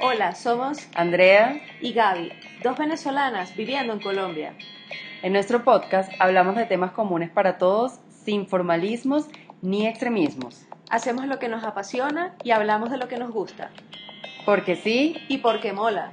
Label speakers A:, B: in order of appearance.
A: Hola, somos
B: Andrea,
A: y Gaby, dos venezolanas viviendo en Colombia.
B: en nuestro podcast hablamos de temas comunes para todos, sin formalismos ni extremismos.
A: Hacemos lo que nos apasiona y hablamos de lo que nos gusta.
B: Porque sí,
A: Y porque mola.